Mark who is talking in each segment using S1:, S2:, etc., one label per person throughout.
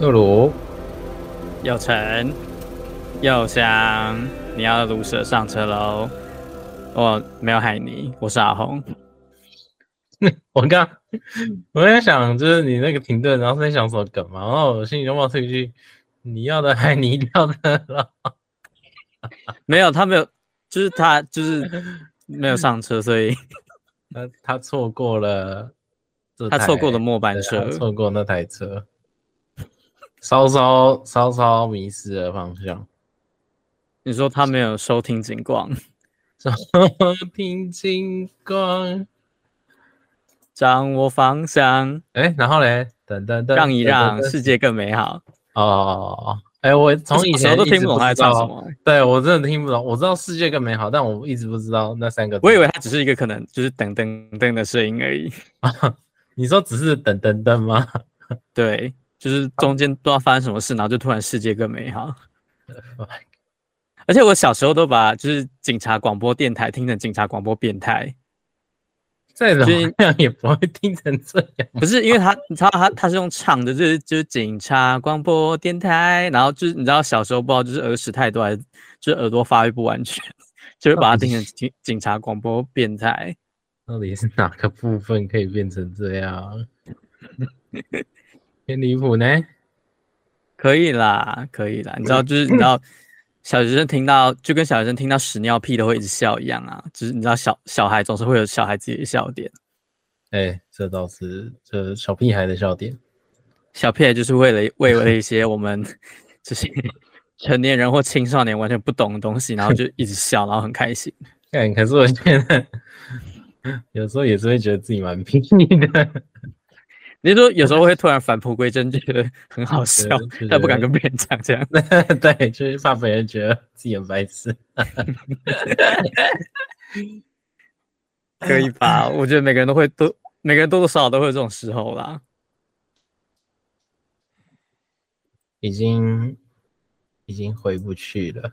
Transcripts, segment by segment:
S1: 又如
S2: 又沉又香，你要如蛇上车喽！我没有害你，我是阿红。
S1: 我刚我在想，就是你那个停顿，然后在想什么梗嘛，然后我心里就冒出一句：“你要的还你要的了。
S2: 没有，他没有，就是他 就是没有上车，所以
S1: 他”他错过了这台，
S2: 他错过了末班
S1: 对
S2: 车
S1: 他。错过那台车，稍稍稍稍迷失了方向。
S2: 你说他没有收听警广，
S1: 听金光，
S2: 掌握方向，
S1: 哎、然后嘞，等等等，
S2: 让一让，
S1: 噔噔
S2: 世界更美好。
S1: 哦，哎、我从以
S2: 什么
S1: 前
S2: 都
S1: 一
S2: 听
S1: 直
S2: 不懂
S1: 知
S2: 他在唱
S1: 道
S2: 什么，
S1: 对我真的听不懂，我知道世界更美好，但我一直不知道那三个字。
S2: 我以为他只是一个可能就是噔噔噔的声音而已。
S1: 你说只是等等等吗？
S2: 对，就是中间不知道发生什么事，然后就突然世界更美好。而且我小时候都把就是警察广播电台听成警察广播变态，
S1: 再怎
S2: 就是
S1: 么样也不会听成这样。
S2: 不是因为他，你知道他他是用唱的，就是就是警察广播电台，然后就是你知道小时候不知道就是耳屎太多，还是就是耳朵发育不完全， 就会把它听成警警察广播变态。
S1: 到底是哪个部分可以变成这样？偏离谱呢？
S2: 可以啦，可以啦，你知道就是你知道小学生听到就跟小学生听到屎尿屁都会一直笑一样啊，就是你知道小小孩总是会有小孩自己的笑点。
S1: 哎、这倒是这小屁孩的笑点。
S2: 小屁孩就是为了为了一些我们这些成年人或青少年完全不懂的东西，然后就一直笑，然后很开心。
S1: 但可是我觉得有时候也是会觉得自己蛮拼的，
S2: 你说有时候会突然返璞归真，觉得很好 笑
S1: 对就，
S2: 但不敢
S1: 觉
S2: 跟别人讲这样。
S1: 对，就是怕别人觉得自己很白痴。
S2: 可以吧？我觉得每个人都会都，每个人多多少少都会有这种时候啦。
S1: 已经已经回不去了，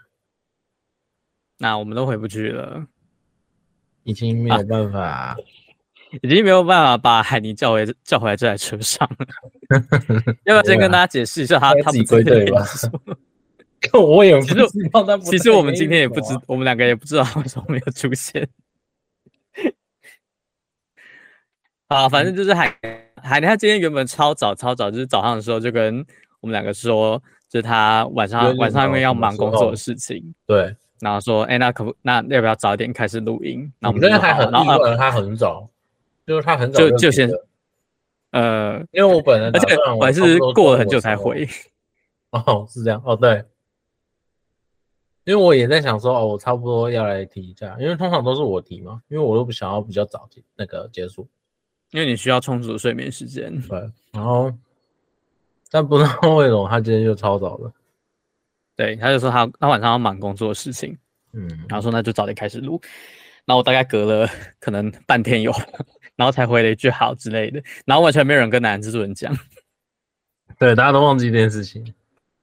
S2: 那我们都回不去了，
S1: 已经
S2: 啊
S1: 没有办法。
S2: 已经没有办法把海尼叫回叫回来这台车上 了。要不要先跟大家解释一下他
S1: 对啊
S2: 他
S1: 自己
S2: 不
S1: 归
S2: 是
S1: 队
S2: 人
S1: 吧
S2: 是什么
S1: 我也不
S2: 其实 我
S1: 知道他不
S2: 其实
S1: 太
S2: 我们今天也
S1: 黑
S2: 不
S1: 什
S2: 知
S1: 么啊，
S2: 我们两个也不知道为什么没有出现。 啊，反
S1: 嗯
S2: 正就是海海宁，他今天原本超早超早，就是早上的时候就跟我们两个说，就是他晚
S1: 有
S2: 上
S1: 点
S2: 晚上因为
S1: 早
S2: 要
S1: 哦什么
S2: 忙
S1: 时
S2: 工作
S1: 候
S2: 的事情，
S1: 对，
S2: 然后说，哎、那可不，那要不要早点开始录音？那
S1: 我
S2: 我
S1: 们
S2: 们
S1: 这
S2: 就
S1: 边嗯还
S2: 说好
S1: 很
S2: 然
S1: 意
S2: 后
S1: 外，他很早，就是他很早
S2: 就就
S1: 就
S2: 先
S1: 觉得
S2: 呃，
S1: 因为我本来
S2: 而
S1: 打
S2: 且
S1: 算
S2: 我还
S1: 差不
S2: 是
S1: 多
S2: 过
S1: 中
S2: 了很
S1: 午
S2: 久
S1: 的
S2: 才
S1: 时候
S2: 回。
S1: 哦，是这样哦，对，因为我也在想说，哦，我差不多要来提一下，因为通常都是我提嘛，因为我都不想要比较早结那个结束，
S2: 因为你需要充足的睡眠时间，
S1: 对，然后但不知道为什么他今天就超早了，
S2: 对，他就说他他晚上要忙工作的事情，
S1: 嗯，
S2: 然后说那就早点开始录。然后我大概隔了可能半天有， 然后才回了一句好之类的，然后完全没有人跟男制作人讲。
S1: 对，大家都忘记这件事情，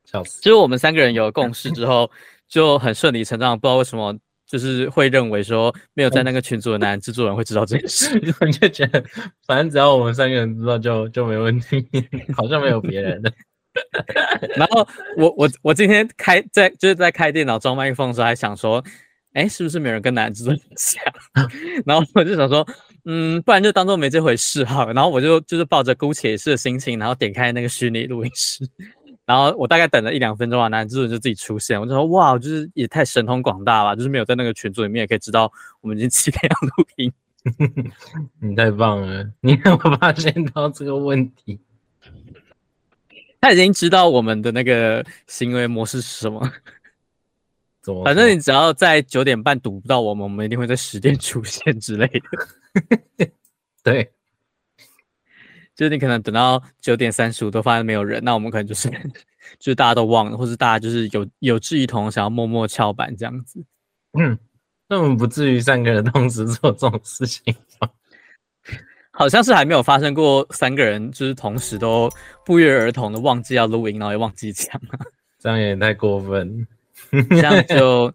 S1: 笑死，
S2: 就是我们三个人有了共识之后，就很顺理成章，不知道为什么就是会认为说没有在那个群组的男制作人会知道这件事。
S1: 我就觉得反正只要我们三个人知道就就没问题，好像没有别人的，
S2: 然后我我我今天开在就是在开电脑装麦克风的时候，还想说，哎，是不是没有人跟男制作人讲？ 然后我就想说，嗯，不然就当做没这回事好了。然后我就就是抱着姑且一试的心情，然后点开那个虚拟录音室，然后我大概等了一两分钟啊，男制作人就自己出现，我就说，哇，就是也太神通广大了，就是没有在那个群组里面也可以知道我们已经七点要录音。
S1: 你太棒了，你有没有发现到这个问题？
S2: 他已经知道我们的那个行为模式是什么，
S1: 怎哦么
S2: 反
S1: 说
S2: 正你只要在九点半堵不到我们，我们一定会在十点出现之类的。
S1: 对。
S2: 就是你可能等到九点三十五都发现没有人，那我们可能就是 就是大家都忘了，或是大家就是有有志一同想要默默翘板这样子。
S1: 嗯，那我们不至于三个人同时做这种事情吧？
S2: 好像是还没有发生过三个人就是同时都不约而同的忘记要录音，然后也忘记讲，
S1: 这样也太过分，
S2: 这样就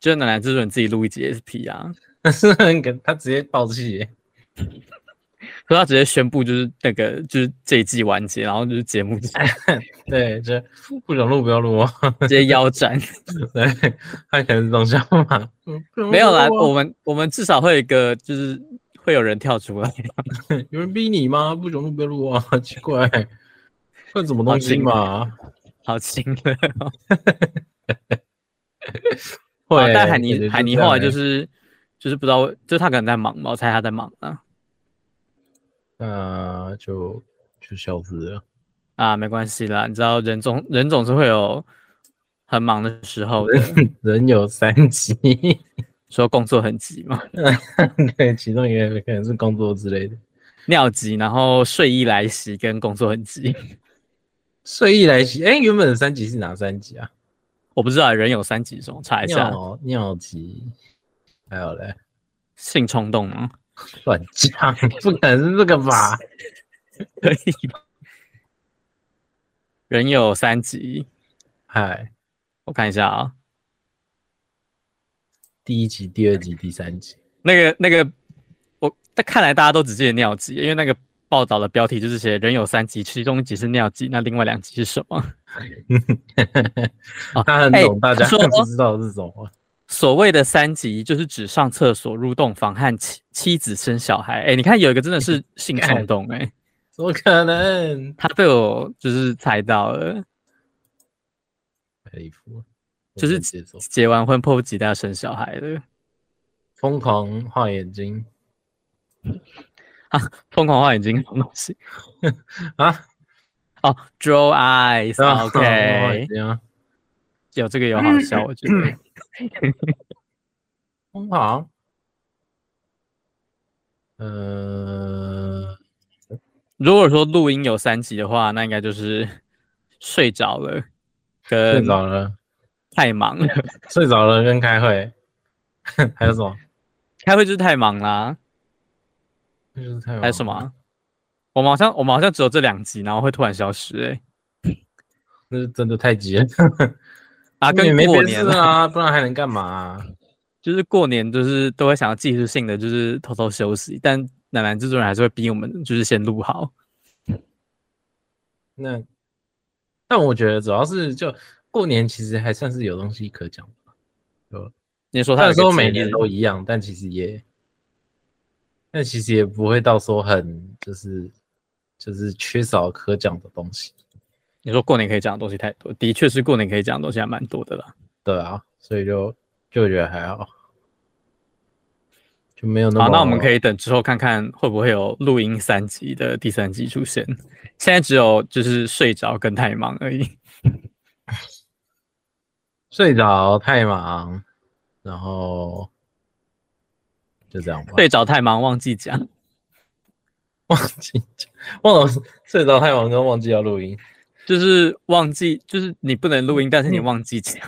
S2: 就奶奶就 是你自己录一集 SP 啊。
S1: 是很给他直接爆气耶。
S2: 所以他直接宣布就是那个就是这一季完结，然后就是节目 直
S1: 对，这不想录不要录啊。
S2: 接腰斩。
S1: 对，他可能是这种想法。嗯不想录
S2: 没有啦，
S1: 不要录
S2: 我
S1: 啊
S2: 们我们至少会有一个就是会有人跳出来。
S1: 有人逼你吗？不想录不要录啊，奇怪，算什么东西嘛？
S2: 好亲了，
S1: 会
S2: 啊，但海
S1: 感觉
S2: 尼
S1: 就
S2: 海尼
S1: 这样
S2: 后来就
S1: 欸
S2: 是就是不知道，就是他可能在忙吧，我猜他在忙啊
S1: 那就就消失了。
S2: 啊，没关系啦，你知道人总人总是会有很忙的时候的，
S1: 人有三急，
S2: 说工作很急嘛，
S1: 对，其中一个可能是工作之类的。
S2: 尿急，然后睡意来袭跟工作很急，
S1: 睡意来袭，哎、原本的三级是哪三级啊？
S2: 我不知道人有三急种，查一下，
S1: 尿尿急，还有嘞，
S2: 性冲动吗？
S1: 乱讲， 不可能是这个吧？
S2: 可以吧？人有三急，
S1: 嗨，
S2: 我看一下啊、
S1: 第一集、第二集、第三集，
S2: 那个那个，我但看来大家都只记得尿急，因为那个报道的标题就是写人有三急，其中一急是尿急，那另外两急是什么？ 哦
S1: 他很懂大家
S2: 说
S1: 不知道是什么。
S2: 所谓的三急就是指上厕所、入洞房和妻妻子生小孩。哎、你看有一个真的是 性冲动、哎，
S1: 怎么可能？
S2: 他被我就是猜到了，
S1: 太离谱了，我
S2: 就是
S1: 不能接受
S2: 结完婚迫不及待要生小孩的，
S1: 疯狂画眼睛
S2: 疯狂画眼睛什么东西？
S1: 啊
S2: 哦，draw
S1: 啊
S2: eyes，OK，、
S1: 画眼睛啊，
S2: 有这个有好笑，我觉得。
S1: 疯狂。呃，
S2: 如果说录音有三集的话，那应该就是 睡着了，
S1: 睡
S2: 跟
S1: 着了，
S2: 太忙 了。
S1: 睡着了跟开会， 还有什么？
S2: 开会就是太忙啦，
S1: 那就是太
S2: 还有什么？啊？我们好像我们好像只有这两集，然后会突然消失、欸。
S1: 那是真的太急了。
S2: 啊，
S1: 那也
S2: 跟
S1: 没
S2: 过
S1: 别
S2: 年
S1: 事啊，不然还能干嘛啊？
S2: 就是过年就是都会想要技术性的，就是偷偷休息。但奶奶制作人还是会逼我们，就是先录好。
S1: 那，但我觉得主要是就过年其实还算是有东西可讲的。
S2: 你
S1: 虽
S2: 说他
S1: 然
S2: 有
S1: 说
S2: 个
S1: 每
S2: 节
S1: 年
S2: 日
S1: 都一样，但其实也，但其实也不会到说很就是就是缺少可讲的东西，
S2: 你说过年可以讲的东西太多，的确是过年可以讲的东西还蛮多的啦。
S1: 对啊，所以就就觉得还好，就没有那么。
S2: 好，那我们可以等之后看看会不会有录音三集的第三集出现。现在只有就是睡着跟太忙而已。
S1: 睡着太忙，然后就这样吧。
S2: 睡着太忙忘记讲，
S1: 忘记忘了睡着太忙跟忘记要录音。
S2: 就是忘记，就是你不能录音，但是你
S1: 嗯
S2: 忘记讲。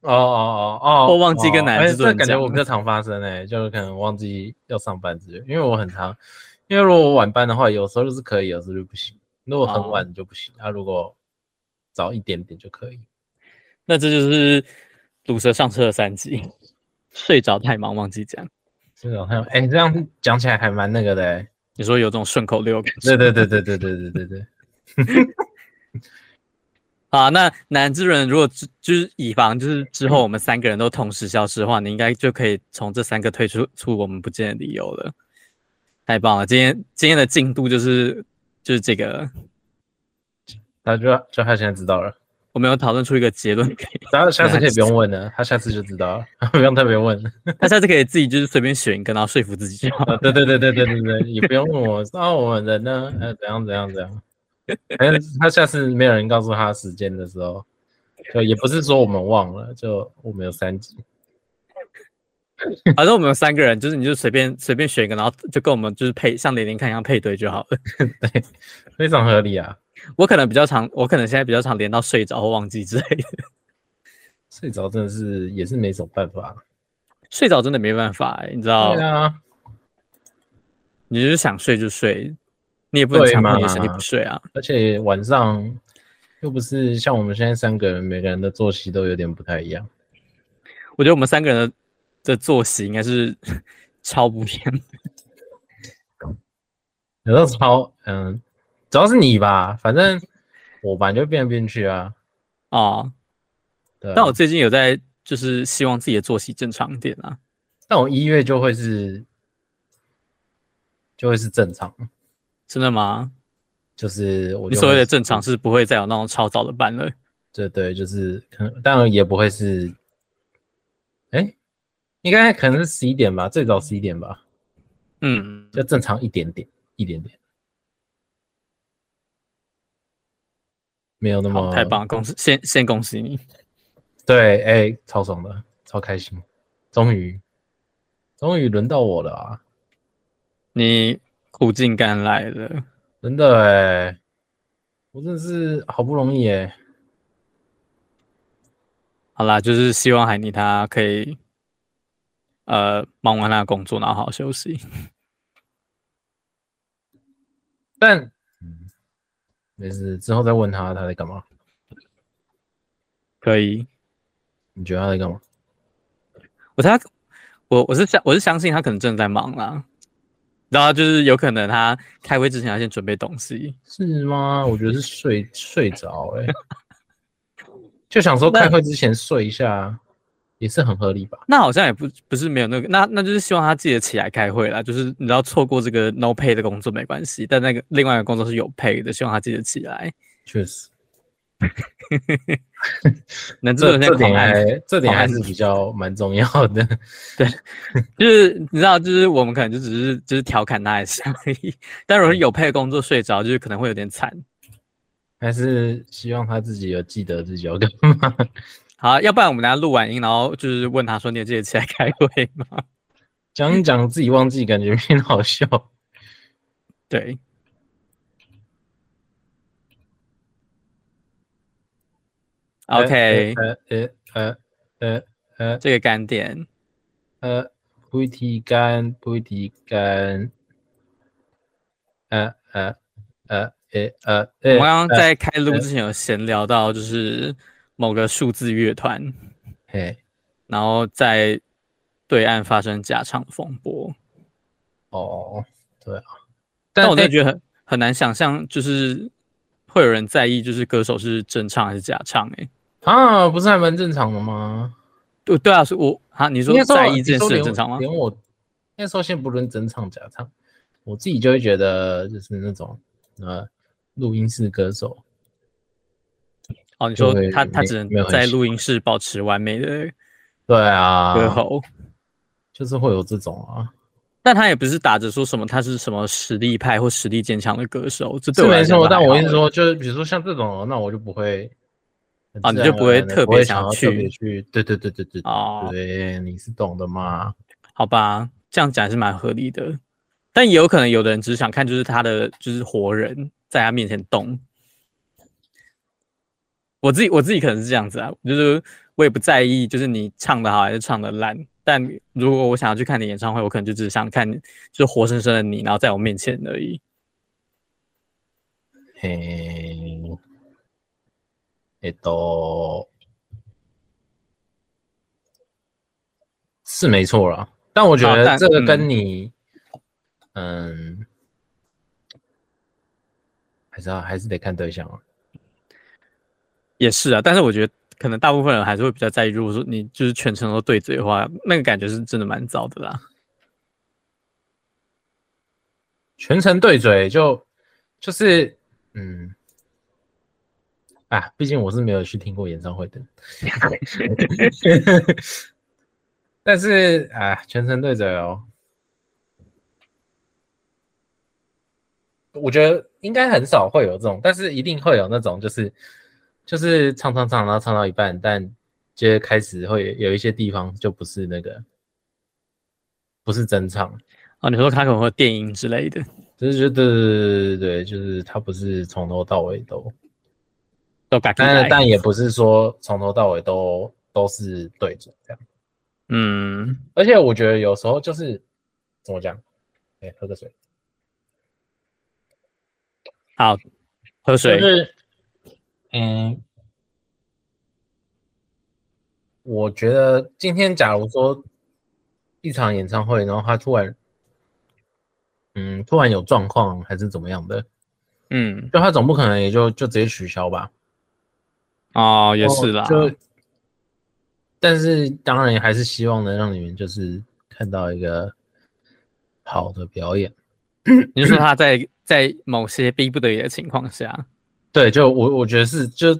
S1: 哦哦哦哦，
S2: 或忘记跟哪个
S1: 哎
S2: 制作人
S1: 这感觉
S2: 讲
S1: 我比较常发生哎、就是可能忘记要上班之类的，因为我很常，因为如果我晚班的话，有时候就是可以，有时候就不行。如果很晚就不行，那、如果早一点点就可以。
S2: 那这就是鲁蛇上车的三集，睡着太忙忘记讲。
S1: 这种还有哎，这样讲起来还蛮那个的、欸。
S2: 你说有种顺口溜的感觉。
S1: 对对对对对对对对对，
S2: 啊，那男之人如果之就是以防就是之后我们三个人都同时消失的话，你应该就可以从这三个推出出我们不见的理由了。太棒了，今天今天的进度就是就是这个，
S1: 他就就他现在知道了，
S2: 我们有讨论出一个结论， 可以
S1: 然后下次可以不用问了，他下次就知道了， 不用特别问。
S2: 他下次可以自己就是随便选一个，然后说服自己就好。
S1: 啊，对对对对对对对，也不用问我，那、我们人呢？呃，怎样怎样怎样？反正他下次没有人告诉他时间的时候，就也不是说我们忘了，就我们有三集，
S2: 反正我们有三个人，就是你就随便随便选一个，然后就跟我们就是配像连连看一样配对就好了。
S1: 非常合理啊。
S2: 我可能比较常，我可能现在比较常连到睡着或忘记之类的。
S1: 睡着真的是也是没什么办法。
S2: 睡着真的没办法、欸，你知道，
S1: 对啊，
S2: 你就是想睡就睡，你也不能
S1: 对
S2: 强迫你
S1: 嘛
S2: 的身体不睡啊。
S1: 而且晚上又不是像我们现在三个人，每个人的作息都有点不太一样。
S2: 我觉得我们三个人的 的作息应该是超不一样的。
S1: 有时候超嗯，主要是你吧，反正我本来就变来变去啊。
S2: 哦，
S1: 对啊，
S2: 但我最近有在，就是希望自己的作息正常一点啊。
S1: 但我一月就会是就会是正常，
S2: 真的吗？
S1: 就是我
S2: 你
S1: 就
S2: 所谓
S1: 会
S2: 的
S1: 是
S2: 正常是不会再有那种超早的班了。
S1: 对对，就是可能，当然也不会是，哎，应该可能是十一点吧，最早十一点吧，
S2: 嗯，
S1: 就正常一点点，一点点，没有那
S2: 好，
S1: 么
S2: 太棒了，恭喜，先先恭喜你。
S1: 对，哎，超爽的，超开心，终于，终于轮到我了啊！
S2: 你苦尽甘来了，
S1: 真的哎，我真的是好不容易哎，
S2: 好啦，就是希望海尼他可以，呃，忙完他的工作，然后好好休息。
S1: 但嗯，没事，之后再问他他在干嘛，
S2: 可以，
S1: 你觉得他在干嘛？
S2: 我他，我我是相我是相信他可能正在忙啦，然后就是有可能他开会之前要先准备东西，
S1: 是 吗？我觉得是睡睡着 哎、就想说
S2: 那
S1: 开会之前睡一下，啊也是很合理吧？
S2: 那好像也不不是没有那个，那那就是希望他记得起来开会啦。就是你知道错过这个 no pay 的工作没关系，但那个另外一个工作是有 pay 的，希望他记得起来。
S1: 确实，
S2: 能
S1: 这
S2: 这
S1: 这点
S2: 还
S1: 还这点
S2: 狂
S1: 还
S2: 按
S1: 是比较蛮重要的。
S2: 就是你知道，就是我们可能就只是就是调侃他一下而已。但如果是有配的工作睡着，就是可能会有点惨。
S1: 还是希望他自己有记得自己要干嘛。
S2: 好，要不然我们等下录完音，然后就是问他说：“你有记得起来开会吗
S1: 讲一讲自己忘记，感觉很好笑。？”
S2: 对，OK，
S1: 呃呃呃呃呃
S2: 这个干点
S1: 呃，不会提干，不会提干。呃呃呃呃呃
S2: 我
S1: 呃
S2: 们，刚刚在开录之前有闲聊到，就是某个数字乐团，
S1: 嘿，
S2: 然后在对岸发生假唱风波。
S1: 哦，对啊，
S2: 但我真
S1: 那
S2: 的觉得很很难想象，就是会有人在意，就是歌手是真唱还是假唱、欸？哎，
S1: 啊，不是还蛮正常的吗？
S2: 对对啊，是我啊，你说
S1: 应该
S2: 在
S1: 你
S2: 意这件
S1: 说
S2: 事很
S1: 连
S2: 正常吗？
S1: 连我那时候先不论真唱假唱，我自己就会觉得就是那种呃录音室歌手，
S2: 哦，你说
S1: 对
S2: 他他
S1: 没
S2: 只能
S1: 没有很
S2: 在
S1: 喜
S2: 录音室保持完美的
S1: 对啊，
S2: 歌喉，
S1: 就是会有这种啊，
S2: 但他也不是打着说什么他是什么实力派或实力坚强的歌手，这
S1: 是
S2: 对我
S1: 没
S2: 来讲
S1: 错。
S2: 都还
S1: 但我
S2: 好
S1: 跟你
S2: 欸，
S1: 说，就是比如说像这种，那我就不会很
S2: 啊
S1: 自
S2: 你
S1: 然
S2: 就不会
S1: 而然地
S2: 特
S1: 不
S2: 别
S1: 会
S2: 想
S1: 想
S2: 要
S1: 要
S2: 去
S1: 特别去，对对对对对
S2: 哦
S1: 对，你是懂的嘛？
S2: 好吧，这样讲也是蛮合理的，但也有可能有的人只是想看就是他的就是活人在他面前动。我自己我自己可能是这样子啊，就是我也不在意，就是你唱的好还是唱的烂。但如果我想要去看你演唱会，我可能就只是想看你，就是活生生的你，然后在我面前而已。
S1: 嘿，えっと，是没错啦。但我觉
S2: 好
S1: 得
S2: 但
S1: 这个
S2: 嗯
S1: 跟你，嗯，还是要还是得看对象啊。
S2: 也是啊，但是我觉得可能大部分人还是会比较在意，如果说你就是全程都对嘴的话，那个感觉是真的蛮糟的啦。
S1: 全程对嘴就就是嗯，啊，毕竟我是没有去听过演唱会的， 但是啊，全程对嘴哦，我觉得应该很少会有这种，但是一定会有那种就是就是唱唱唱，然后唱到一半，但就是开始会有一些地方就不是那个不是真唱。
S2: 啊，你说他可能会有电音之类的
S1: 就是觉得对对对对对，就是他不是从头到尾都，
S2: 都改不
S1: 但
S2: 来。
S1: 但也不是说从头到尾都都是对准这样。
S2: 嗯，
S1: 而且我觉得有时候就是怎么讲，哎、喝个水，
S2: 好，喝
S1: 就
S2: 水。
S1: 是嗯，我觉得今天假如说一场演唱会，然后他突然嗯突然有状况还是怎么样的，
S2: 嗯，
S1: 就他总不可能也就就直接取消吧。
S2: 哦，也是啦，
S1: 就但是当然还是希望能让你们就是看到一个好的表演。
S2: 你说他在在某些逼不得已的情况下
S1: 对，就我我觉得是就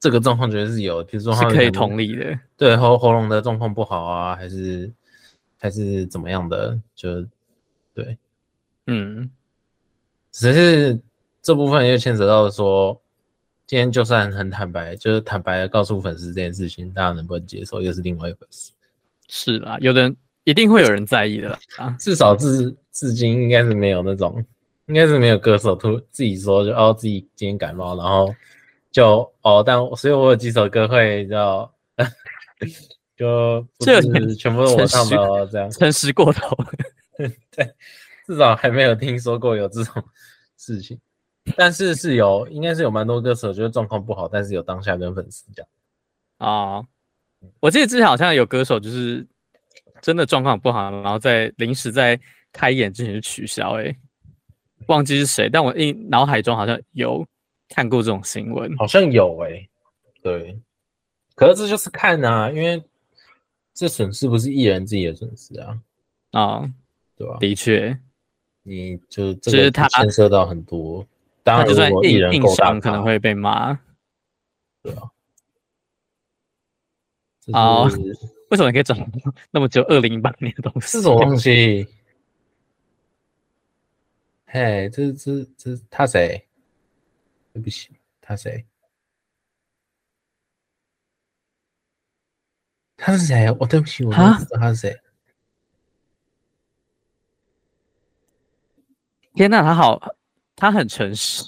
S1: 这个状况绝对是有，比如说
S2: 是
S1: 他们
S2: 可以
S1: 可能
S2: 同理的，
S1: 对喉喉咙的状况不好啊，还是还是怎么样的，就对，
S2: 嗯，
S1: 只是这部分又牵扯到说，今天就算很坦白，就是坦白的告诉粉丝这件事情，大家能不能接受又是另外一回事。
S2: 是啦，有的人一定会有人在意的啦，啊，
S1: 至少至至今应该是没有那种，应该是没有歌手突自己说就哦自己今天感冒，然后就哦，但我所以我有几首歌会叫， 就不
S2: 这有
S1: 是
S2: 点
S1: 全部都我唱的哦，这样
S2: 诚实过头，
S1: 至少还没有听说过有这种事情，但是是有，应该是有蛮多歌手就是状况不好，但是有当下跟粉丝讲，
S2: 哦，我记得之前好像有歌手就是真的状况不好，然后在临时在开演之前就取消、欸，忘记是谁，但我印脑海中好像有看过这种新闻。
S1: 好像有诶、对，可是这就是看啊，因为这损失不是艺人自己的损失啊，
S2: 啊、
S1: 对吧、
S2: 的确，
S1: 你就
S2: 就
S1: 这
S2: 是
S1: 个
S2: 他
S1: 牵涉到很多，当
S2: 他
S1: 然
S2: 就算
S1: 如果艺
S2: 硬
S1: 人
S2: 硬
S1: 够大咖，
S2: 上可能会被骂。
S1: 这是、
S2: 哦为什么你可以找到 那么久二零一八年的东西？
S1: 嗯这种东西。嘿，这这这他谁？对不起，他谁？他是谁？我、对不起，我不
S2: 啊
S1: 知道他是谁。
S2: 天呐，他好，他很诚实。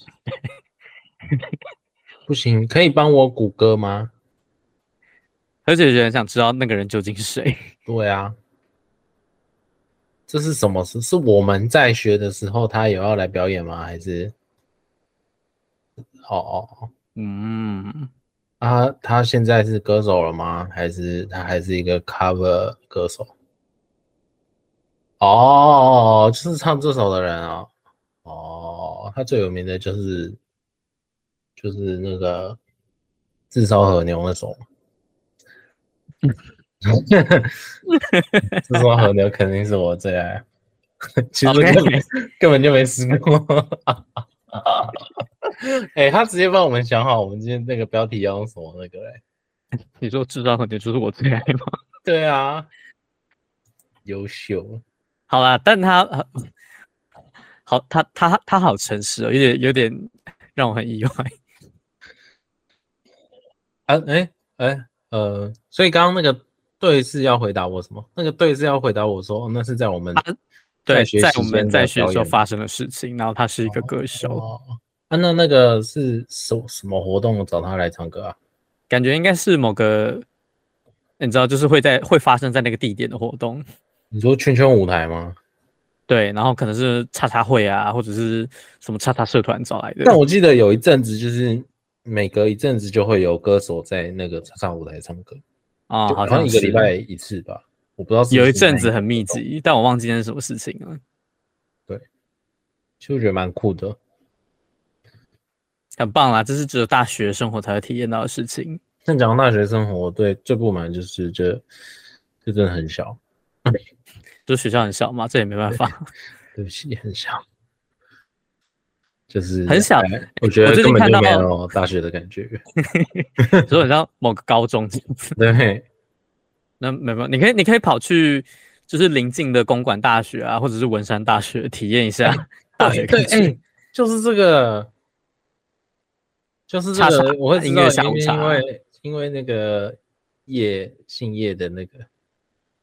S1: 不行，可以帮我谷歌吗？
S2: 而且人想知道那个人究竟是谁。
S1: 对啊，这是什么事？是我们在学的时候，他有要来表演吗？还是？哦哦哦，
S2: 嗯，
S1: 啊，他现在是歌手了吗？还是他还是一个 cover 歌手？哦，就是唱这首的人啊、哦。他最有名的就是就是那个《自烧和牛》那首。 自烧和牛肯定是我最爱，其实根本
S2: OK
S1: 根本就没吃过。 哎、他直接帮我们想好我们今天那个标题要用什么那个嘞、
S2: 你说智商和牛就是我最爱吗？
S1: 对啊，优秀，
S2: 好啦，但他呃好，他他他好诚实哦，有点有点让我很意外。
S1: 啊，哎、哎、呃，所以刚刚那个对是要回答我什么？那个对是要回答我说，哦那是在我们
S2: 啊对
S1: 在学，
S2: 在
S1: 期
S2: 我
S1: 间
S2: 们
S1: 的
S2: 在学的
S1: 表
S2: 时候
S1: 演
S2: 发生的事情，然后他是一个歌手，
S1: 哦啊，那那个是什什么活动找他来唱歌啊？
S2: 感觉应该是某个，你知道，就是会在会发生在那个地点的活动。
S1: 你说圈圈舞台吗？
S2: 对，然后可能是叉叉会啊，或者是什么叉叉社团找来的。
S1: 但我记得有一阵子，就是每隔一阵子就会有歌手在那个上舞台唱歌，
S2: 啊、
S1: 就
S2: 好
S1: 像
S2: 像
S1: 一个礼
S2: 是
S1: 拜一次吧，我不知道是不
S2: 有一
S1: 是
S2: 阵
S1: 那
S2: 子
S1: 个
S2: 很密
S1: 活动，
S2: 集，但我忘记那是什么事情了。
S1: 就觉得蛮酷的。
S2: 很棒啦，这是只有大学生活才会体验到的事情。
S1: 但讲到大学生活，我对最不满就是这，这真的很小，
S2: 就学校很小嘛，这也没办法。
S1: 对不起，很小，就是
S2: 很小
S1: 哎我觉得
S2: 我最
S1: 根本
S2: 近看
S1: 就
S2: 到
S1: 没有大学的感 觉。
S2: 所以你像某个高中这样子，
S1: 对，
S2: 那没办法，你可以你可以跑去就是邻近的公馆大学啊，或者是文山大学体验一下 大学
S1: 对，
S2: 感
S1: 哎、
S2: 觉。
S1: 就是这个，就是这
S2: 叉叉啊
S1: 个，我会知
S2: 音
S1: 道
S2: 乐
S1: 原
S2: 下午
S1: 因，因
S2: 茶
S1: 为因为那个叶姓叶的那个，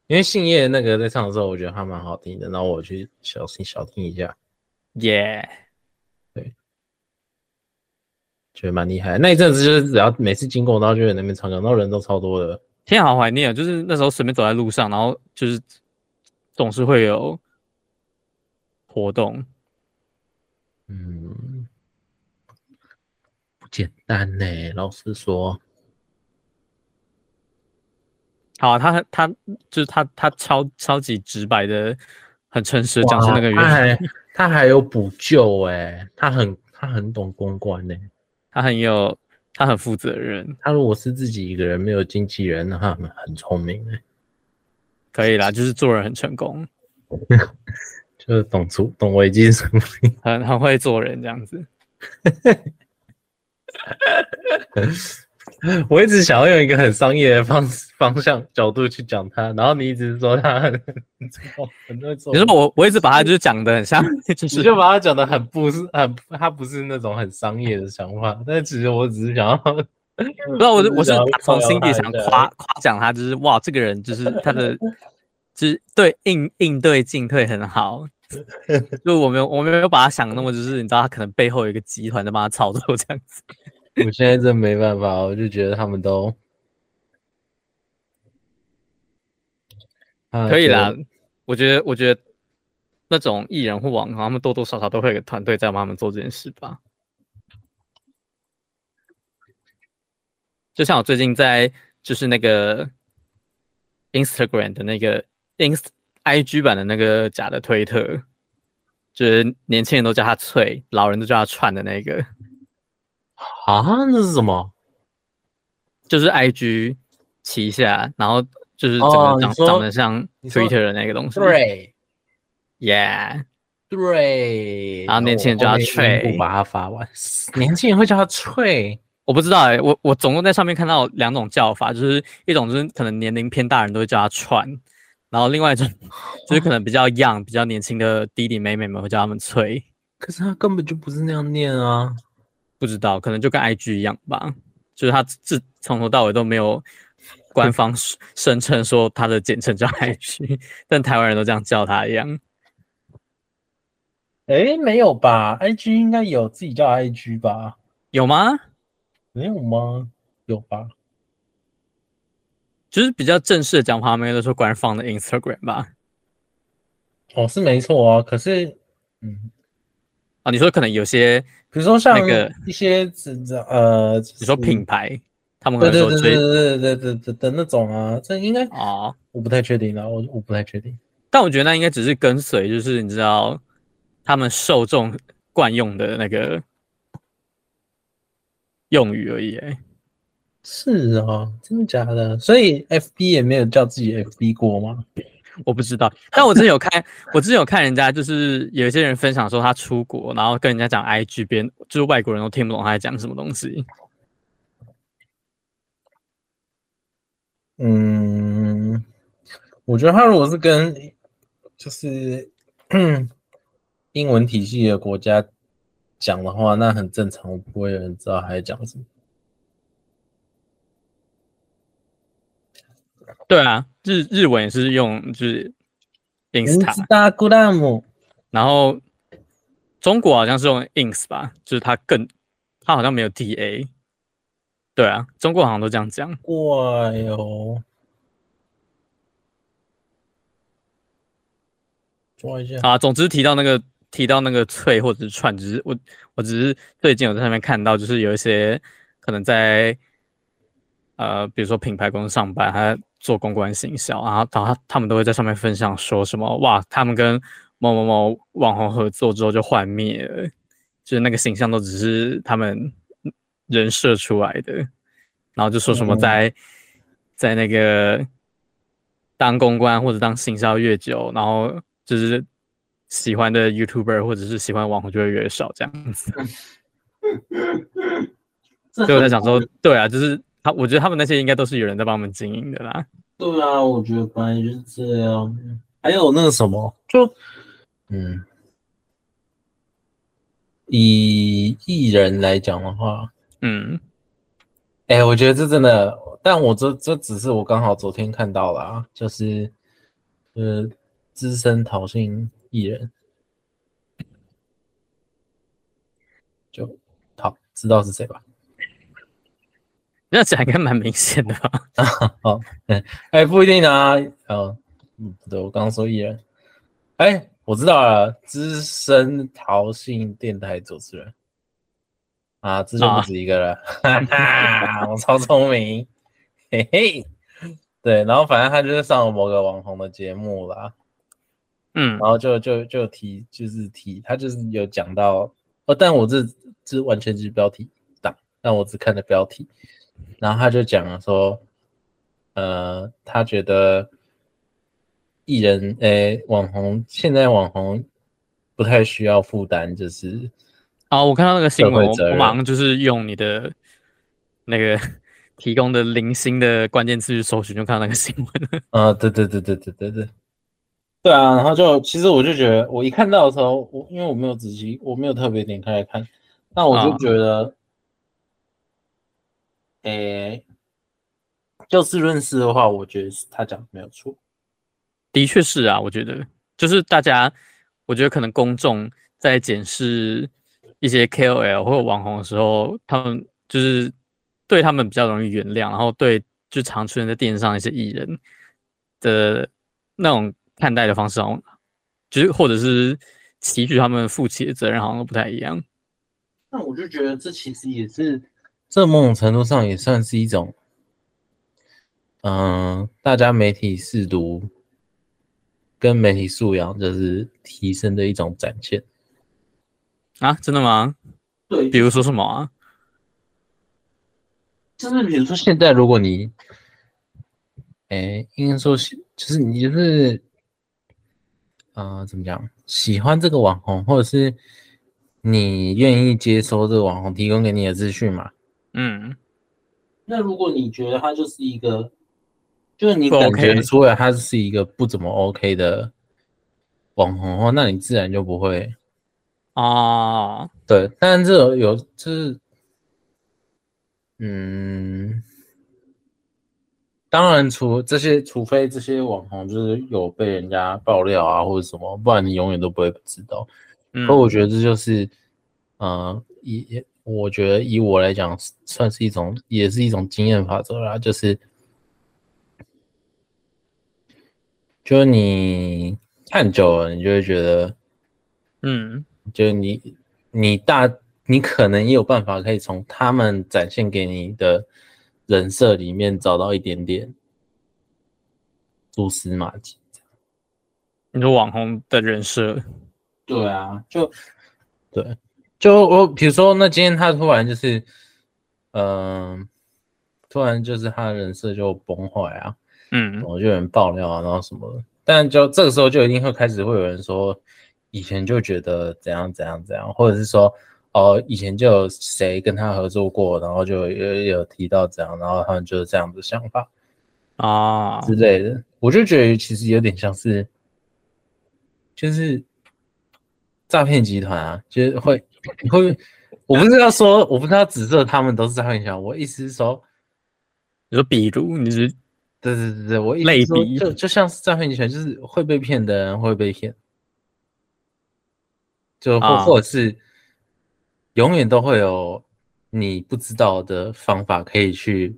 S1: 因为姓叶的那个在唱的时候，我觉得还蛮好听的，然后我去小听小听一下，
S2: 耶、
S1: 觉得蛮厉害。那一阵子就是只要每次经过，然后就有人在那边唱歌，然后人都超多的。
S2: 天啊好怀念哦，就是那时候随便走在路上，然后就是总是会有活动。
S1: 嗯，不简单呢、老实说，
S2: 好、啊，他他就是他他超超级直白的很诚实讲出那个原
S1: 他
S2: 因，
S1: 还他还有补救哎、他很他很懂公关呢、
S2: 他很有，他很负责任，
S1: 他如果是自己一个人没有经纪人，那他很很聪明哎、
S2: 可以啦，就是做人很成功，
S1: 就是懂出懂危机处理。
S2: 很很会做人这样子。
S1: 我一直想要用一个很商业的方方向角度去讲他，然后你一直说他很很聪很会做
S2: 你
S1: 人
S2: 说。我我一直把他就是讲的很像， 就
S1: 你
S2: 是
S1: 就把他讲的很不是很，他不是那种很商业的想法，但其实我只是想要，
S2: 不知道啊我是我是
S1: 想要靠
S2: 从心底
S1: 他
S2: 想
S1: 一下
S2: 夸夸奖他，就是哇，这个人就是他的，就是对应应对进退很好。就我没有我没有把他想那么，就是你知道他可能背后有一个集团在帮他操作这样子。
S1: 我现在真没办法，我就觉得他们都啊
S2: 可以啦，，我觉得我觉得那种艺人或网红，他们多多少少都会有个团队在帮他们做这件事吧。就像我最近在就是那个 Instagram 的那个 Inst IG 版的那个假的推特，就是年轻人都叫他翠，老人都叫他串的那个，
S1: 啊，那是什么？
S2: 就是 IG 旗下，然后就是整个
S1: 哦
S2: 长、
S1: 你说
S2: 长得像
S1: 你说
S2: Twitter 的那个东西。
S1: 对
S2: ，Yeah。
S1: 对，
S2: 然后啊年轻人
S1: 我
S2: 叫他
S1: 后面
S2: 脆
S1: 一步把它发完，年轻人会叫他脆，
S2: 我不知道哎、我我总共在上面看到两种叫法，就是一种就是可能年龄偏大的人都会叫他串，然后另外一 种就是可能比较 young、比较年轻的弟弟妹妹们会叫他们催，
S1: 可是他根本就不是那样念啊。
S2: 不知道可能就跟 IG 一样吧，就是他自从头到尾都没有官方声声称说他的简称叫 IG，但台湾人都这样叫他一样。
S1: 诶，没有吧？IG 应该有自己叫 IG 吧？
S2: 有吗？
S1: 没有吗？有吧？
S2: 就是比较正式的讲法，他们应该都说官方的 Instagram 吧？
S1: 哦，是没错啊。可是，嗯，
S2: 啊，你说可能有些，
S1: 比如说像
S2: 那个
S1: 一些只呃，
S2: 你说
S1: 就是
S2: 品牌，他们可
S1: 对
S2: 能
S1: 对
S2: 说
S1: 对对
S2: 追
S1: 对对对对的那种啊，这应该
S2: 哦。
S1: 我不太确定啊，我我不太确定。
S2: 但我觉得那应该只是跟随，就是你知道他们受众惯用的那个用语而已欸。
S1: 是啊，真的假的？所以 FB 也没有叫自己 FB 过吗？
S2: 我不知道，但我之前有看，我之前有看人家就是有一些人分享说他出国，然后跟人家讲 IG 边，就是外国人都听不懂他在讲什么东西。
S1: 嗯，我觉得他如果是跟就是 英文体系的国家讲的话，那很正常，不会有人知道他在讲什么。
S2: 对啊，日日文也是用就是 Insta，
S1: 大古拉姆，
S2: 然后中国好像是用 ins 吧，就是它更，它好像没有 da。对啊，中国好像都这样讲。
S1: 怪哦哟！抓一下，
S2: 啊，总之提到那个提到那个脆或者是串，只是我我只是最近有在上面看到，就是有一些可能在呃，比如说品牌公司上班，他做公关行销，然后然后他他们都会在上面分享说什么哇，他们跟某某某网红合作之后就幻灭了，就是那个形象都只是他们人设出来的，然后就说什么
S1: 嗯
S2: 在、在那个当公关或者当行销越久，然后就是喜欢的 YouTuber 或者是喜欢网红就会越少这样 子。
S1: 这
S2: 所以我在
S1: 很
S2: 想说，对啊，就是他，我觉得他们那些应该都是有人在帮我们经营的啦。
S1: 对啊，我觉得本来就是这样。还有那个什么，就嗯，以艺人来讲的话，
S2: 嗯，
S1: 哎、我觉得这真的，但我这这只是我刚好昨天看到了啊，就是呃，资深讨薪艺人，就好知道是谁吧？
S2: 那讲应该蛮明显的吧？
S1: 哦，哎、不一定啊，哦，嗯，不对，我刚刚说艺人，哎、我知道了，资深陶姓电台主持人，啊，这就不
S2: 啊
S1: 止一个了，哈哈， 我超聪明，嘿嘿，对，然后反正他就是上了某个网红的节目啦，
S2: 嗯
S1: 然后就就就提就是提，他就是有讲到，哦，但我这这完全是标题党，但我只看了标题，然后他就讲了说，呃，他觉得艺人诶、网红现在网红不太需要负担，就是
S2: 哦，我看到那个新
S1: 社会
S2: 闻，我
S1: 责
S2: 我
S1: 任
S2: 马上就是用你的那个 提供的零星的关键词去搜寻，就看到那个新闻了。
S1: 啊、对对对对对对对，对啊，然后就其实我就觉得，我一看到的时候，我因为我没有仔细，我没有特别点开来看，那我就
S2: 啊
S1: 觉得，诶、就事论事的话，我觉得是他讲的没有错，
S2: 的确是啊，我觉得就是大家，我觉得可能公众在检视一些 KOL 或者网红的时候，他们就是对他们比较容易原谅，然后对就常出现在电视上一些艺人的那种看待的方式，好像就是或者是期许他们负起的责任，好像都不太一样。
S1: 那我就觉得这其实也是，这某种程度上也算是一种，嗯、大家媒体试读跟媒体素养就是提升的一种展现，
S2: 啊，真的吗？
S1: 对
S2: 比如说什么啊？
S1: 就是比如说现在，如果你，哎、应该说是，就是你就是，啊、怎么讲？喜欢这个网红，或者是你愿意接收这个网红提供给你的资讯嘛？
S2: 嗯，
S1: 那如果你觉得他就是一个，就是你
S2: 不
S1: 感
S2: OK
S1: 觉出来他是一个不怎么 OK 的网红的话，那你自然就不会
S2: 哦，
S1: 对，但这有有就是，嗯，当然除这些，除非这些网红就是有被人家爆料啊或者什么，不然你永远都不会知道。
S2: 嗯
S1: 所以我觉得这就是，呃，以我觉得以我来讲，算是一种也是一种经验法则啦，就是，就是你看久了，你就会觉得。
S2: 嗯，
S1: 就是你你大你可能也有办法可以从他们展现给你的人设里面找到一点点蛛丝马迹。
S2: 你说网红的人设，
S1: 对啊，就对，就我比如说，那今天他突然就是，嗯、突然就是他的人设就崩坏啊，
S2: 嗯，
S1: 我就有人爆料啊，然后什么的。但就这个时候就一定会开始会有人说，以前就觉得怎样怎样怎样，或者是说哦，以前就有谁跟他合作过，然后就有有提到怎样，然后他们就是这样的想法
S2: 啊，
S1: 之类的。我就觉得其实有点像是，就是诈骗集团啊，就是会会，我不是要说，我不是要指责他们都是诈骗集团，我意思是说。
S2: 你说比如你是
S1: 对对对对，我一
S2: 类
S1: 直说
S2: 比
S1: 就就像是诈骗集团，就是会被骗的人会被骗，就或、
S2: 啊
S1: 或者是永远都会有你不知道的方法可以去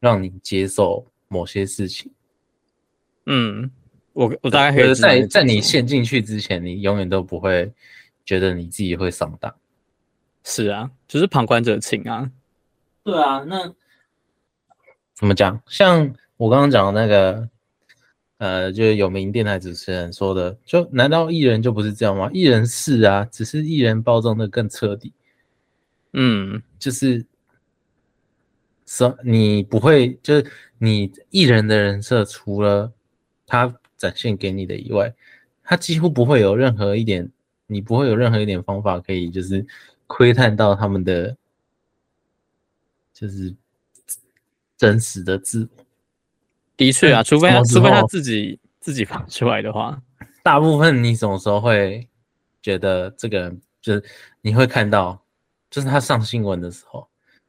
S1: 让你接受某些事情。
S2: 嗯，我我大概可
S1: 就
S2: 以
S1: 是
S2: 知道
S1: 在
S2: 在
S1: 在你陷进去之前，你永远都不会觉得你自己会上当。
S2: 是啊，就是旁观者清啊，
S1: 对啊，那怎么讲？像我刚刚讲的那个，呃，就是有名电台主持人说的，就难道艺人就不是这样吗？艺人是啊，只是艺人包装的更彻底，
S2: 嗯
S1: 就是什你不会，就是你艺人的人设，除了他展现给你的以外，他几乎不会有任何一点，你不会有任何一点方法可以就是窥探到他们的，就是真实的自我。
S2: 的确啊，
S1: 嗯
S2: 除非他
S1: 什么时
S2: 除非他
S1: 候
S2: 自己自己放出来的话，
S1: 大部分你什么时候会觉得这个人就是你会看到，就是他上新闻的时候，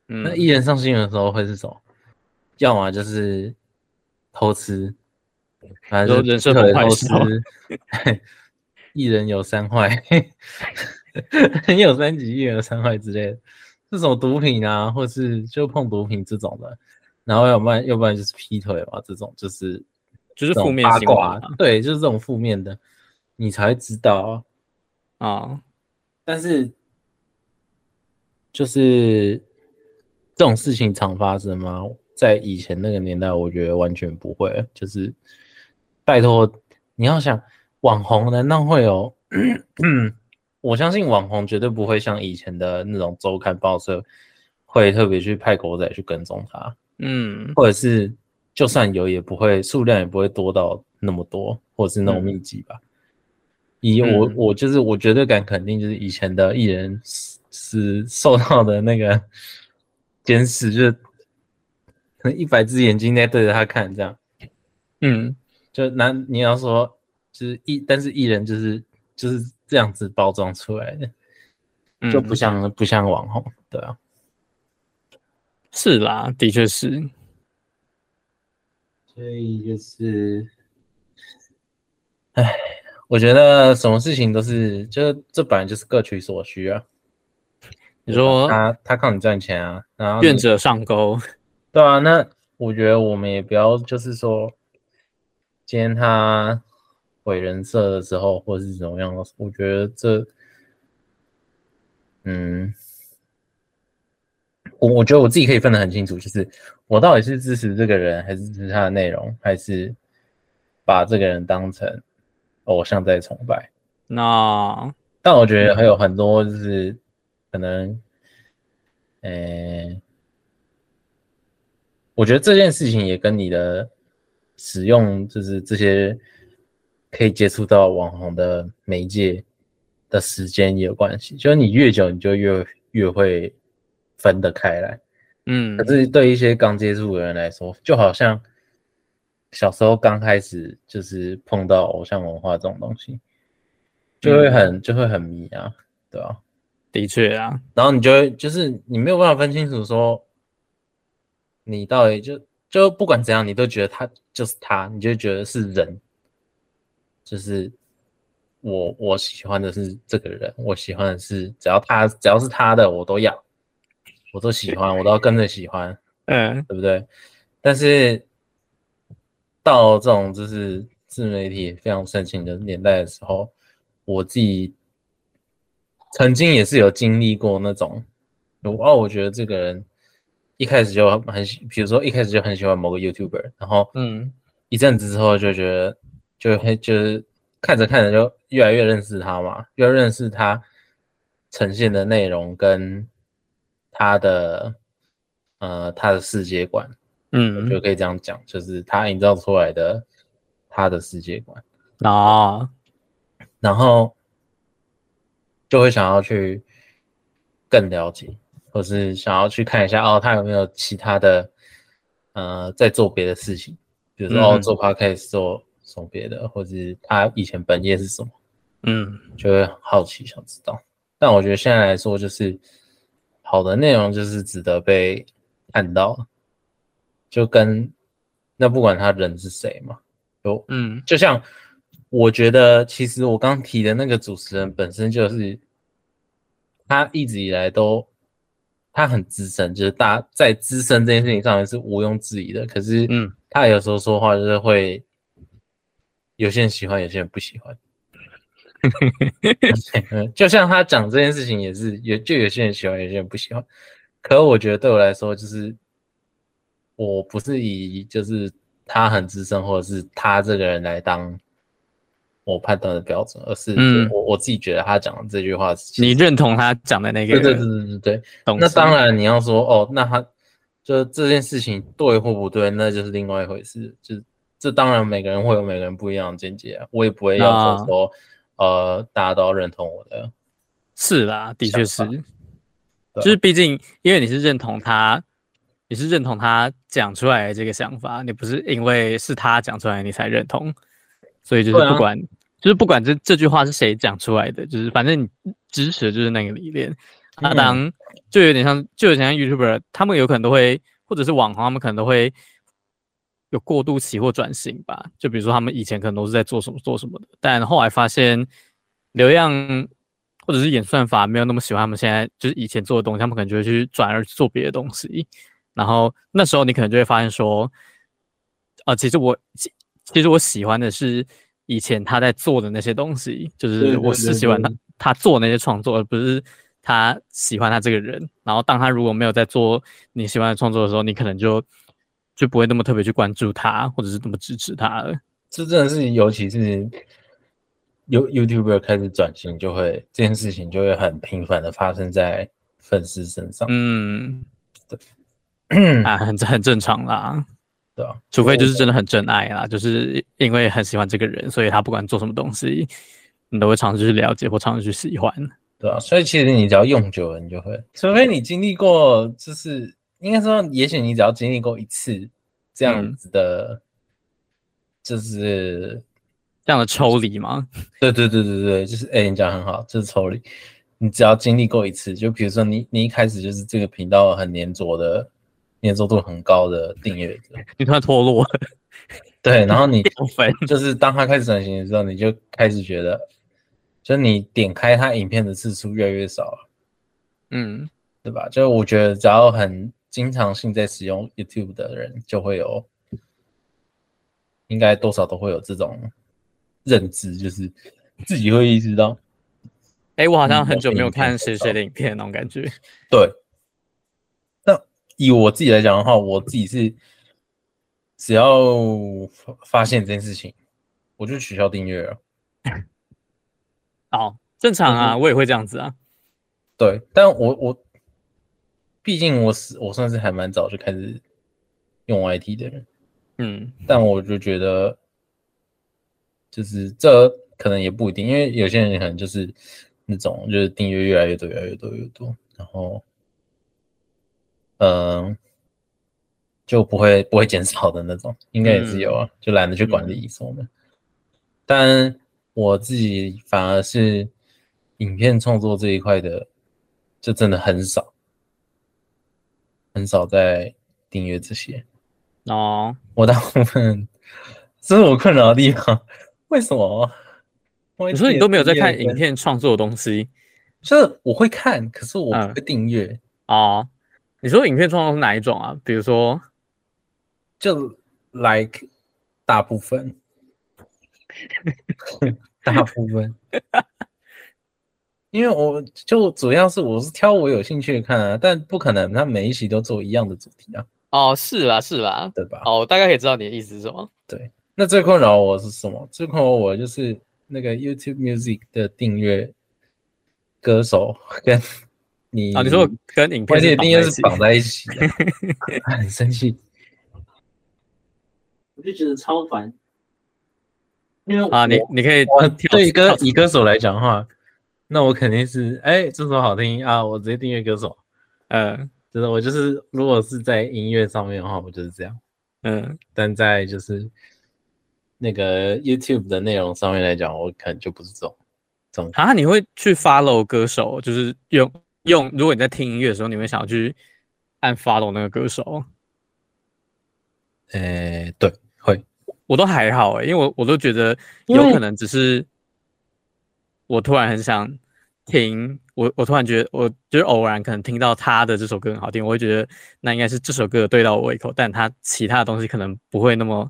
S2: 嗯
S1: 那艺人上新闻的时候会是什么？要么就是偷吃，反正
S2: 你说
S1: 就
S2: 人设
S1: 是
S2: 崩坏
S1: 偷
S2: 的时候
S1: 吃。 艺人有三坏， 人有三级，艺人有三坏之类的，这种毒品啊，或是就碰毒品这种的，然后要不然要不然就是劈腿嘛，这种就是
S2: 就是
S1: 这
S2: 负
S1: 种
S2: 面
S1: 八
S2: 新闻
S1: 卦
S2: 啊，
S1: 对，就是这种负面的，你才会知道啊。
S2: 啊，
S1: 但是就是这种事情常发生吗？在以前那个年代，我觉得完全不会。就是拜托，你要想网红难道会有？ 我相信网红绝对不会像以前的那种周刊报社，会特别去派狗仔去跟踪他，
S2: 嗯
S1: 或者是就算有也不会数量也不会多到那么多，或者是那种密集吧。以我
S2: 嗯
S1: 我就是我绝对敢肯定，就是以前的艺人是是受到的那个监视，就是可能一百只眼睛在对着他看这样。
S2: 嗯，
S1: 就那你要说，就是艺，但是艺人就是就是这样子包装出来的，
S2: 嗯
S1: 就不像、不像网红，对啊。
S2: 是啦，的确是，
S1: 所以就是，唉，我觉得什么事情都是，就是这本来就是各取所需啊。
S2: 你说
S1: 他他靠你赚钱啊，然后你
S2: 啊愿者上钩，
S1: 对啊，那我觉得我们也不要就是说，今天他毁人设的时候，或是怎么样的时候，我觉得这，嗯，我我觉得我自己可以分得很清楚，就是我到底是支持这个人，还是支持他的内容，还是把这个人当成偶像在崇拜。
S2: 那
S1: 但我觉得还有很多就是可能，呃，我觉得这件事情也跟你的使用，就是这些可以接触到网红的媒介的时间也有关系。就是你越久，你就越越会分得开来。
S2: 嗯
S1: 可是对一些刚接触的人来说，就好像小时候刚开始就是碰到偶像文化这种东西，就会很、就会很迷啊，对啊，
S2: 的确啊，
S1: 然后你就会就是你没有办法分清楚说，你到底就就不管怎样，你都觉得他就是他，你就觉得是人，就是我我喜欢的是这个人，我喜欢的是只要他只要是他的我都要，我都喜欢，我都要跟着喜欢。
S2: 嗯
S1: 对不对？但是到这种就是自媒体非常盛行的年代的时候，我自己曾经也是有经历过那种，我哦，我觉得这个人一开始就很喜，比如说一开始就很喜欢某个 YouTuber，然后
S2: 嗯
S1: 一阵子之后就觉得就会就是看着看着就越来越认识他嘛，越来越认识他呈现的内容跟他的呃他的世界观，我觉
S2: 嗯
S1: 得可以这样讲，就是他营造出来的他的世界观，
S2: 啊，
S1: 然后就会想要去更了解，或是想要去看一下哦，他有没有其他的呃在做别的事情，比如说、哦
S2: 嗯
S1: 做 podcast 做什么别的，或是他以前本业是什么，
S2: 嗯
S1: 就会好奇想知道。但我觉得现在来说，就是好的内容就是值得被看到的，就跟那不管他人是谁嘛，就
S2: 嗯
S1: 就像我觉得，其实我刚提的那个主持人本身就是，他一直以来都他很资深，就是大在资深这件事情上面是毋庸置疑的。可是，
S2: 嗯，
S1: 他有时候说话就是会有些人喜欢，有些人不喜欢。 就像他讲这件事情也是，有就有些人喜欢，有些人不喜欢。可我觉得对我来说，就是我不是以就是他很资深，或者是他这个人来当我判断的标准，而是
S2: 嗯
S1: 我、我自己觉得他讲的这句话是，
S2: 你认同他讲的那个
S1: 对对对对对对，
S2: 东西，
S1: 那当然，你要说哦，那他就这件事情对或不对，那就是另外一回事。就这当然，每个人会有每个人不一样的见解、啊，我也不会要求说，呃，大家都要认同我的。
S2: 是啦，的确是
S1: 想，啊对
S2: 就是毕竟因为你是认同他，你是认同他讲出来的这个想法，你不是因为是他讲出来你才认同，所以就
S1: 对
S2: 是
S1: 啊
S2: 不管、就是不管这这句话是谁讲出来的，就是反正你支持的就是那个理念。那
S1: 嗯
S2: 当就有点像，就有点像 YouTuber，他们有可能都会，或者是网红，他们可能都会有过渡期或转型吧。就比如说他们以前可能都是在做什么做什么的，但后来发现流量或者是演算法没有那么喜欢他们现在就是以前做的东西，他们可能就会去转而做别的东西。然后那时候你可能就会发现说，啊，其实我其其实我喜欢的是以前他在做的那些东西，就
S1: 对
S2: 是
S1: 对
S2: 我
S1: 对
S2: 是喜欢他
S1: 对
S2: 他做那些创作，而不是他喜欢他这个人。然后当他如果没有在做你喜欢的创作的时候，你可能就就不会那么特别去关注他，或者是那么支持他了。
S1: 这真的是，尤其是 You YouTuber 开始转型，就会这件事情就会很频繁的发生在粉丝身上，
S2: 嗯，
S1: 嗯
S2: 啊，很很正常啦。
S1: 对吧、啊？
S2: 除非就是真的很真爱啦，就是因为很喜欢这个人，所以他不管做什么东西，你都会尝试去了解或尝试去喜欢。
S1: 对啊，所以其实你只要用久了，你就会，除非你经历过，就是应该说，也许你只要经历过一次这样子的，就是
S2: 这样的抽离嘛，
S1: 对对对对对，就是哎、你讲得很好，就是抽离。你只要经历过一次，就比如说你你一开始就是这个频道很粘着的，粘着度很高的订阅者，
S2: 你突然脱落了，
S1: 对，然后你
S2: 掉粉，
S1: 就是当他开始转型的时候，你就开始觉得，就你点开他影片的次数越来越少了，
S2: 嗯，
S1: 对吧？就是我觉得只要很经常性在使用 YouTube 的人，就会有，应该多少都会有这种认知，就是自己会意识到，
S2: 哎、我好像
S1: 嗯
S2: 很久没有
S1: 影片
S2: 看
S1: 很
S2: 谁
S1: 少
S2: 谁的影片那种感觉，
S1: 对。那以我自己来讲的话，我自己是只要发发现这件事情，我就取消订阅了。
S2: 哦，正常啊，我也会这样子啊，
S1: 对，但我我毕竟我是我算是还蛮早就开始用 IT 的人，
S2: 嗯，
S1: 但我就觉得就是这可能也不一定，因为有些人可能就是那种就是订阅越来越多，越来越多，越来越多，然后嗯、就不会不会减少的那种，应该也是有啊，就懒得去管理什么的。但我自己反而是影片创作这一块的，就真的很少，很少在订阅这些。
S2: 哦，
S1: 我大部分，这是我困扰的地方。为什么？我
S2: 你说你都没有在看
S1: 订阅
S2: 影，片创作的东西
S1: 就是我会看，可是我
S2: 嗯
S1: 不会订阅。
S2: 哦，你说影片创作是哪一种啊？比如说，
S1: 就 like 大部分，大部分，因为我就主要是我是挑我有兴趣的看啊，但不可能他每一期都做一样的主题啊，
S2: 哦，是啦是啦，
S1: 对吧？
S2: 哦，我大概可以知道你的意思是什么，
S1: 那最困扰我是什么？最困扰我就是那个 YouTube Music 的订阅歌手跟你
S2: 啊，你说跟影
S1: 而
S2: 片
S1: 且
S2: 是
S1: 订
S2: 绑
S1: 阅
S2: 在一
S1: 是
S2: 起
S1: 绑在一起的，很生气。
S3: 我就觉得超烦，因为
S2: 啊，你
S3: 我
S2: 你可以
S1: 我
S2: 跳
S1: 对歌
S2: 跳
S1: 以歌手来讲的话，那我肯定是哎、这首好听啊，我直接订阅歌手。
S2: 嗯
S1: 真的，我就是如果是在音乐上面的话，我就是这样；
S2: 嗯
S1: 但在就是那个 YouTube 的内容上面来讲，我可能就不是这种这种。
S2: 啊，你会去 follow 歌手，就是用用，如果你在听音乐的时候，你会想要去按 follow 那个歌手，
S1: 哎、对，会，
S2: 我都还好欸诶、因为我我都觉得
S1: 因
S2: 有
S1: 为
S2: 可能只是我突然很想听，我我突然觉得我就是偶然可能听到他的这首歌很好听，我会觉得那应该是这首歌对到我胃口，但他其他的东西可能不会那么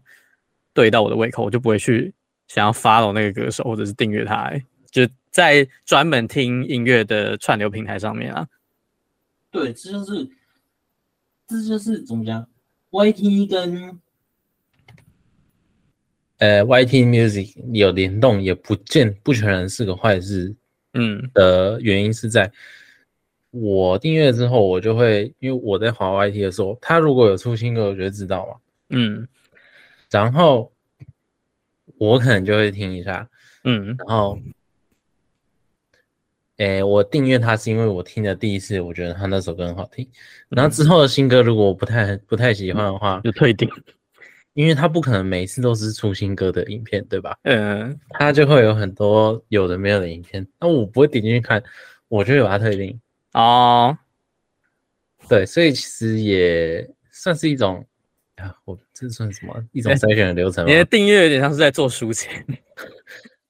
S2: 对到我的胃口，我就不会去想要 follow 那个歌手或者是订阅他、欸，就在专门听音乐的串流平台上面啊，
S3: 对，这就是这就是怎么讲，YT 跟
S1: 呃，YT Music 有联动，也不见不全然是个坏事
S2: 嗯
S1: 的原因是在。我订阅之后，我就会因为我在滑 YT 的时候，他如果有出新歌，我就会知道嘛。
S2: 嗯
S1: 然后我可能就会听一下，
S2: 嗯
S1: 然后，诶、我订阅他是因为我听的第一次，我觉得他那首歌很好听。然后之后的新歌，如果我不太不太喜欢的话，
S2: 就退订，
S1: 因为他不可能每一次都是出新歌的影片，对吧？
S2: 嗯、
S1: 他就会有很多有的没有的影片，那我不会点进去看，我就会把它退订。
S2: 哦，
S1: 对，所以其实也算是一种啊，我这算什么一种筛选的流程吗
S2: 你？的订阅有点像是在做书签。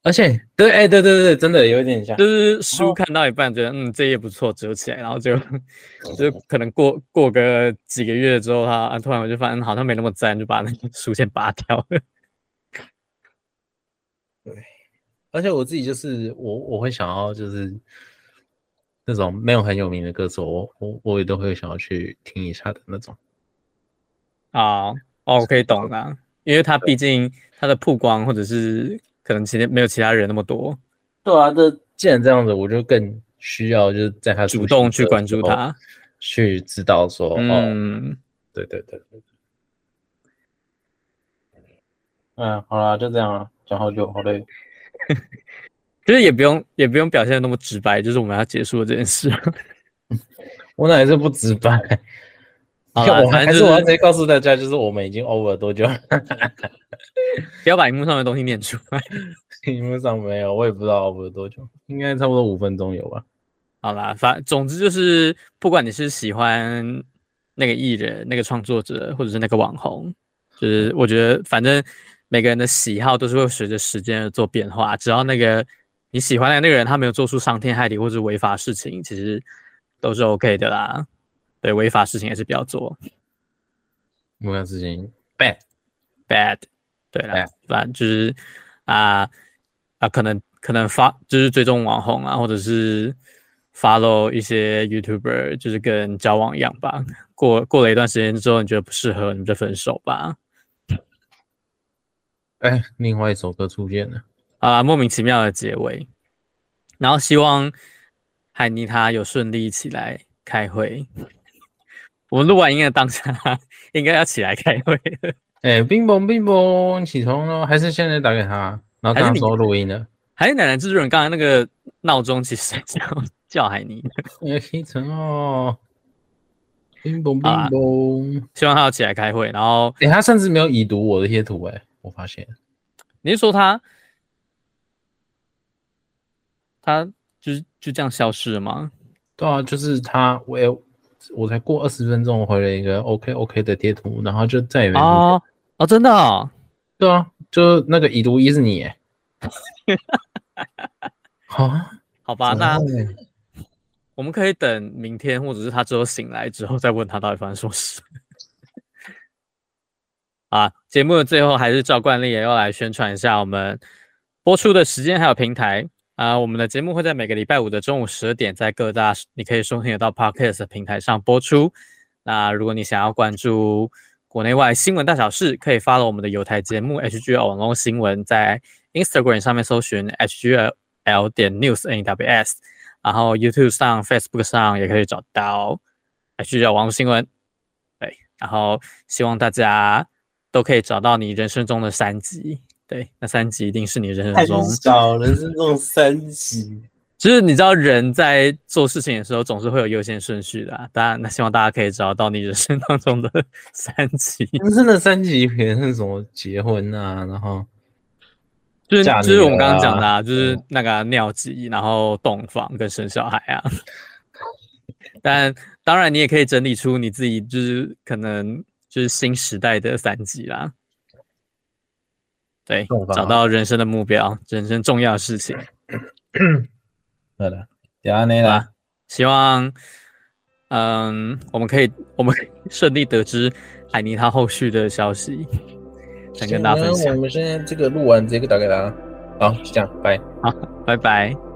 S1: 而且，对，哎、对对对，真的有一点像
S2: 就。是书看到一半，觉得嗯这页不错，折起来，然后就 就可能过过个几个月之后，他啊突然我就发现嗯好像没那么赞，就把那个书先拔掉 了。
S1: 而且我自己就是我，我会想要就是那种没有很有名的歌手，我我我也都会想要去听一下的那种。
S2: 啊，哦，我可以懂啦，因为他毕竟他的曝光或者是可可能其他没有其他人那么多
S3: 对啊，这
S1: 既然这样子，我就更需要就是在他
S2: 主动去关注
S1: 出现的时候，
S2: 他。
S1: 去知道说、哦，
S2: 嗯，
S1: 对对对，
S3: 嗯，好啦，就这样了，讲好久，好累。
S2: 就是也不用也不用表现的那么直白，就是我们要结束了这件事。
S1: 我哪是不直白？
S2: 好啦
S1: 我还
S2: 反正
S1: 是
S2: 就是
S1: 我要直接告诉大家，就是我们已经 over 多久了？
S2: 不要把荧幕上的东西念出来。
S1: 屏幕上没有，我也不知道 over 多久，应该差不多五分钟有吧？
S2: 好啦，反总之就是，不管你是喜欢那个艺人、那个创作者，或者是那个网红，就是我觉得反正每个人的喜好都是会随着时间而做变化。只要那个你喜欢的那个人他没有做出伤天害理或者违法事情，其实都是 OK 的啦。对，违法事情也是不要做。
S1: 某样事情 bad，
S2: bad，对啦
S1: Bad，
S2: 反正就是啊啊、可能可能发就是追踪网红啊，或者是 follow 一些 YouTuber，就是跟交往一样吧。过过了一段时间之后，你觉得不适合，你们就分手吧。
S1: 哎，另外一首歌出现了，
S2: 啊，莫名其妙的结尾。然后希望海尼他有顺利起来开会。我们录完音的当下，应该要起来开会了。
S1: 哎，冰崩冰崩，起床了，还是现在打给他，然后跟
S2: 还是
S1: 他
S2: 你
S1: 说录音了，
S2: 还是奶奶制作人刚才那个闹钟其实是要叫海尼的
S1: 哎，起床哦，冰崩冰
S2: 好啦
S1: 崩，
S2: 希望他要起来开会。然后
S1: 哎，他甚至没有已读我的贴图，哎，我发现，
S2: 你是说他，他就是就这样消失了吗？
S1: 对啊，就是他，我也我才过二十分钟，我回了一个 OK OK 的贴图，然后就再也没回
S2: 哦哦，真的哦，
S1: 对啊，就那个已读一是你 耶。好啊，
S2: 好吧，
S1: 怎么
S2: 那
S3: 哦
S1: 会
S2: 我们可以等明天，或者是他之后醒来之后再问他到底发生什么事。 啊，节目的最后还是照惯例也要来宣传一下我们播出的时间还有平台啊。我们的节目会在每个礼拜五的中午十二点在各大你可以收听得到 podcast 的平台上播出。那如果你想要关注国内外新闻大小事，可以 follow 我们的有台节目 HGL 网络新闻，在 Instagram 上面搜寻 HGL 点 news NWS。然后 YouTube 上、Facebook 上也可以找到，还需要网络新闻。对，然后希望大家都可以找到你人生中的三级。对，那三级一定是你人生中，
S3: 少了，是这种三 级。
S2: 就是你知道人在做事情的时候总是会有优先顺序的、啊。当然，那希望大家可以找到你人生当中的 三级，
S1: 人生的三级片是什么？结婚啊，然后
S2: 就是
S1: 嫁
S2: 就是我们
S1: 女儿
S2: 刚刚
S1: 啊
S2: 讲的、啊，就是
S1: 嗯
S2: 那个啊尿急，然后洞房跟生小孩啊。 但当然，你也可以整理出你自己就是可能就是新时代的三级啦。对
S1: 洞，房
S2: 找
S1: 啊
S2: 到人生的目标，人生重要的事情。
S1: 对了，亚内
S2: 啦，希望，嗯，我们可以我们可以顺利得知海尼他后续的消息，再跟大家分享
S3: 啊
S1: 啊我。们现在这个录完直接打给他，好，就这样，拜。
S2: 拜拜。